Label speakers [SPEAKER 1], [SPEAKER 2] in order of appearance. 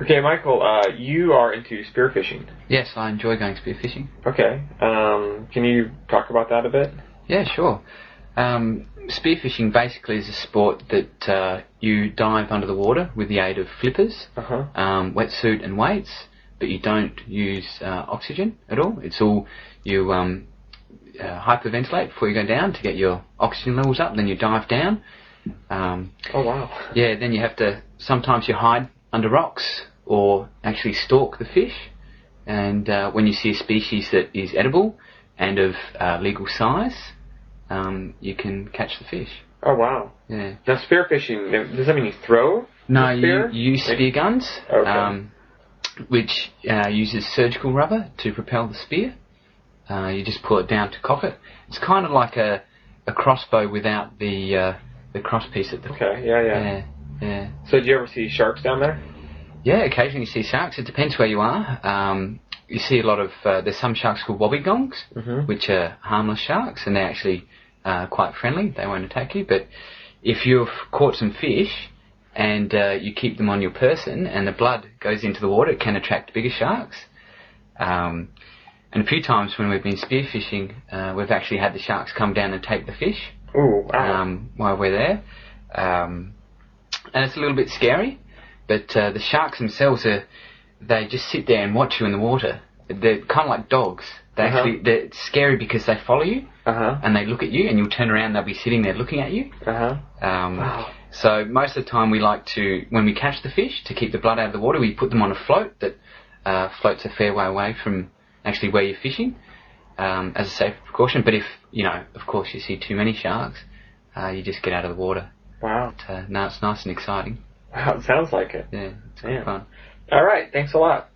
[SPEAKER 1] Okay, Michael, uh, you are into spearfishing.
[SPEAKER 2] Yes, I enjoy going spearfishing.
[SPEAKER 1] Okay. Um, can you talk about that a bit?
[SPEAKER 2] Yeah, sure. Um, spearfishing basically is a sport that uh, you dive under the water with the aid of flippers,
[SPEAKER 1] Uh huh.
[SPEAKER 2] um, wetsuit, and weights, but you don't use uh, oxygen at all. It's all you um, uh, hyperventilate before you go down to get your oxygen levels up. Then you dive down. Um,
[SPEAKER 1] Oh wow.
[SPEAKER 2] yeah, then you have to. Sometimes you hide under rocks or actually stalk the fish. And uh, when you see a species that is edible and of uh, legal size, um, you can catch the fish.
[SPEAKER 1] Oh wow.
[SPEAKER 2] Yeah.
[SPEAKER 1] Now spearfishing. Does that mean you throw?
[SPEAKER 2] No,
[SPEAKER 1] The
[SPEAKER 2] you,
[SPEAKER 1] spear?
[SPEAKER 2] you use
[SPEAKER 1] Like-
[SPEAKER 2] spear guns,
[SPEAKER 1] Okay.
[SPEAKER 2] um, which uh, uses surgical rubber to propel the spear. Uh, you just pull it down to cock it. It's kind of like a, a crossbow without the uh, the cross piece at the
[SPEAKER 1] Okay. Yeah, yeah.
[SPEAKER 2] yeah yeah.
[SPEAKER 1] So do you ever see sharks down there?
[SPEAKER 2] Yeah, occasionally you see sharks. It depends where you are. Um, you see a lot of uh, there's some sharks called wobbegongs,
[SPEAKER 1] Mhm.
[SPEAKER 2] which are harmless sharks, and they're actually uh, quite friendly. They won't attack you. But if you've caught some fish and uh, you keep them on your person, and the blood goes into the water, it can attract bigger sharks. Um, and a few times when we've been spearfishing, uh, we've actually had the sharks come down and take the fish
[SPEAKER 1] Ooh. Wow.
[SPEAKER 2] um, while we're there. Um, and it's a little bit scary, but uh, the sharks themselves are, they just sit there and watch you in the water. They're kind of like dogs. They
[SPEAKER 1] Uh-huh.
[SPEAKER 2] actually, they're it's scary because they follow you
[SPEAKER 1] Uh huh.
[SPEAKER 2] and they look at you and you'll turn around and they'll be sitting there looking at you.
[SPEAKER 1] Uh huh.
[SPEAKER 2] Um,
[SPEAKER 1] Wow.
[SPEAKER 2] So most of the time we like to, when we catch the fish, to keep the blood out of the water, we put them on a float that uh, floats a fair way away from actually where you're fishing um, as a safe precaution. But if, you know, of course you see too many sharks, uh, you just get out of the water.
[SPEAKER 1] Wow.
[SPEAKER 2] But, uh, no, it's nice and exciting.
[SPEAKER 1] Wow. It sounds like it.
[SPEAKER 2] Yeah, it's
[SPEAKER 1] Yeah.
[SPEAKER 2] good fun.
[SPEAKER 1] All right. Thanks a lot.